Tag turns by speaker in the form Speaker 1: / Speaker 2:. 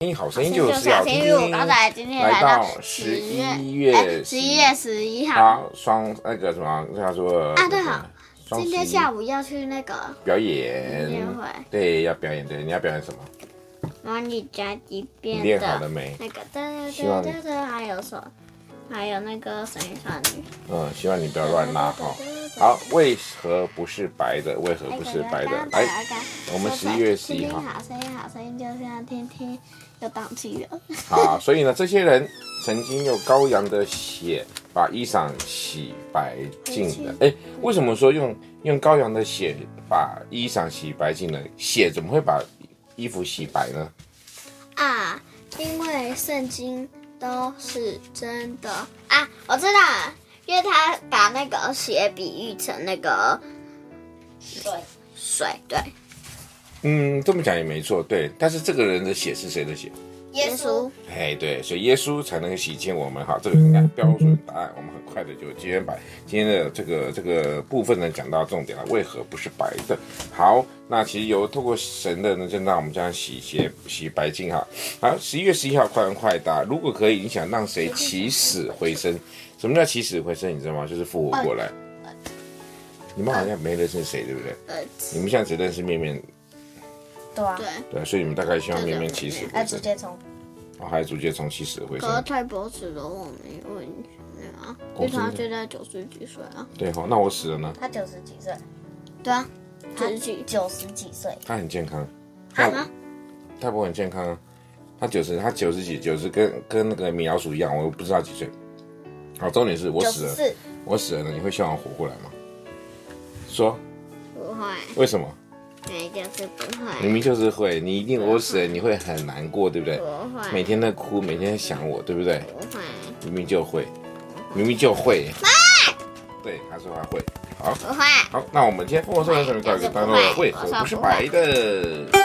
Speaker 1: 音好声音就是要听
Speaker 2: 我刚才今天来
Speaker 1: 到
Speaker 2: 十
Speaker 1: 一
Speaker 2: 月哎
Speaker 1: 月
Speaker 2: 十一月十一
Speaker 1: 啊
Speaker 2: 号
Speaker 1: 双那个什么叫做
Speaker 2: 啊对好，
Speaker 1: 双
Speaker 2: 今
Speaker 1: 十
Speaker 2: 天
Speaker 1: 一嗯
Speaker 2: 下午要去那个
Speaker 1: 表
Speaker 2: 宴
Speaker 1: 演
Speaker 2: 会，
Speaker 1: 对，要表演对，你要表演什么？
Speaker 2: 模拟宅急
Speaker 1: 你
Speaker 2: 便
Speaker 1: 练好了
Speaker 2: 的
Speaker 1: 没？
Speaker 2: 那个哒
Speaker 1: 希望
Speaker 2: 哒哒哒，还有什么？还有那个神隐少女，
Speaker 1: 嗯，希望你不要乱拉哈。
Speaker 2: 好
Speaker 1: 好，为何不是白的？为何不是白的？哎来，我们11月11
Speaker 2: 听
Speaker 1: 号
Speaker 2: 好声音，好声音就是要天天有档期了。
Speaker 1: 好，所以呢，这些人曾经用羔羊的血把衣裳洗白净了。哎，为什么说用用羔羊的血把衣裳洗白净了？血怎么会把衣服洗白呢？
Speaker 2: 啊，因为圣经都是真的啊，我知道了，因为他把那个血比喻成那个
Speaker 3: 对，
Speaker 2: 水，对，
Speaker 1: 嗯，这么讲也没错，对。但是这个人的血是谁的血？
Speaker 3: 耶稣，
Speaker 1: 哎，对，所以耶稣才能洗净我们哈，这个应该标准答案，我们很快的就今天把今天的这个这个部分呢讲到重点了，为何不是白的？好，那其实由透过神的呢，就让我们将洗鞋洗白净哈。好，十一月十一号快问快答，如果可以，你想让谁起死回生？什么叫起死回生？你知道吗？就是复活过来。你们好像没认识谁，对不对？
Speaker 2: 呃，
Speaker 1: 你们现在只认识面面，
Speaker 3: 对啊
Speaker 2: 对，，
Speaker 1: 对，所以你们大概希望面面起死回
Speaker 3: 还有竹
Speaker 1: 生，
Speaker 3: 节虫，
Speaker 1: 哦，还有逐渐从起死回生
Speaker 2: 可。是太博士了，我没我没有啊，
Speaker 1: 公
Speaker 2: 因为
Speaker 1: 司的
Speaker 2: 他现在九十几岁啊，
Speaker 1: 对哈、那我死了呢？
Speaker 3: 他九十几岁，
Speaker 2: 对啊，
Speaker 3: 他
Speaker 2: 九十几，
Speaker 3: 九十几岁，
Speaker 1: 他很健康，
Speaker 2: 啊
Speaker 1: 那他不会很健康啊。他九十，他九十几，九十跟跟那个米老鼠一样，我不知道几岁。好，重点是我
Speaker 3: 九
Speaker 1: 死
Speaker 3: 十
Speaker 1: 了，
Speaker 3: 四，
Speaker 1: 我死了呢，你会希望我活过来吗？说
Speaker 2: 不会，
Speaker 1: 为什么？
Speaker 2: 没就是不
Speaker 1: 明
Speaker 2: 会，
Speaker 1: 明就是会，你一定我死了，你会很难过，对不对
Speaker 2: 不？
Speaker 1: 每
Speaker 2: 会，
Speaker 1: 天在哭，每天在想我，对不对？
Speaker 2: 不会，
Speaker 1: 明明就会，明明就会。对，他说他会。好，
Speaker 2: 不会。
Speaker 1: 好，那我们今天《疯狂少年》准备告一个段落了，为何不是白的？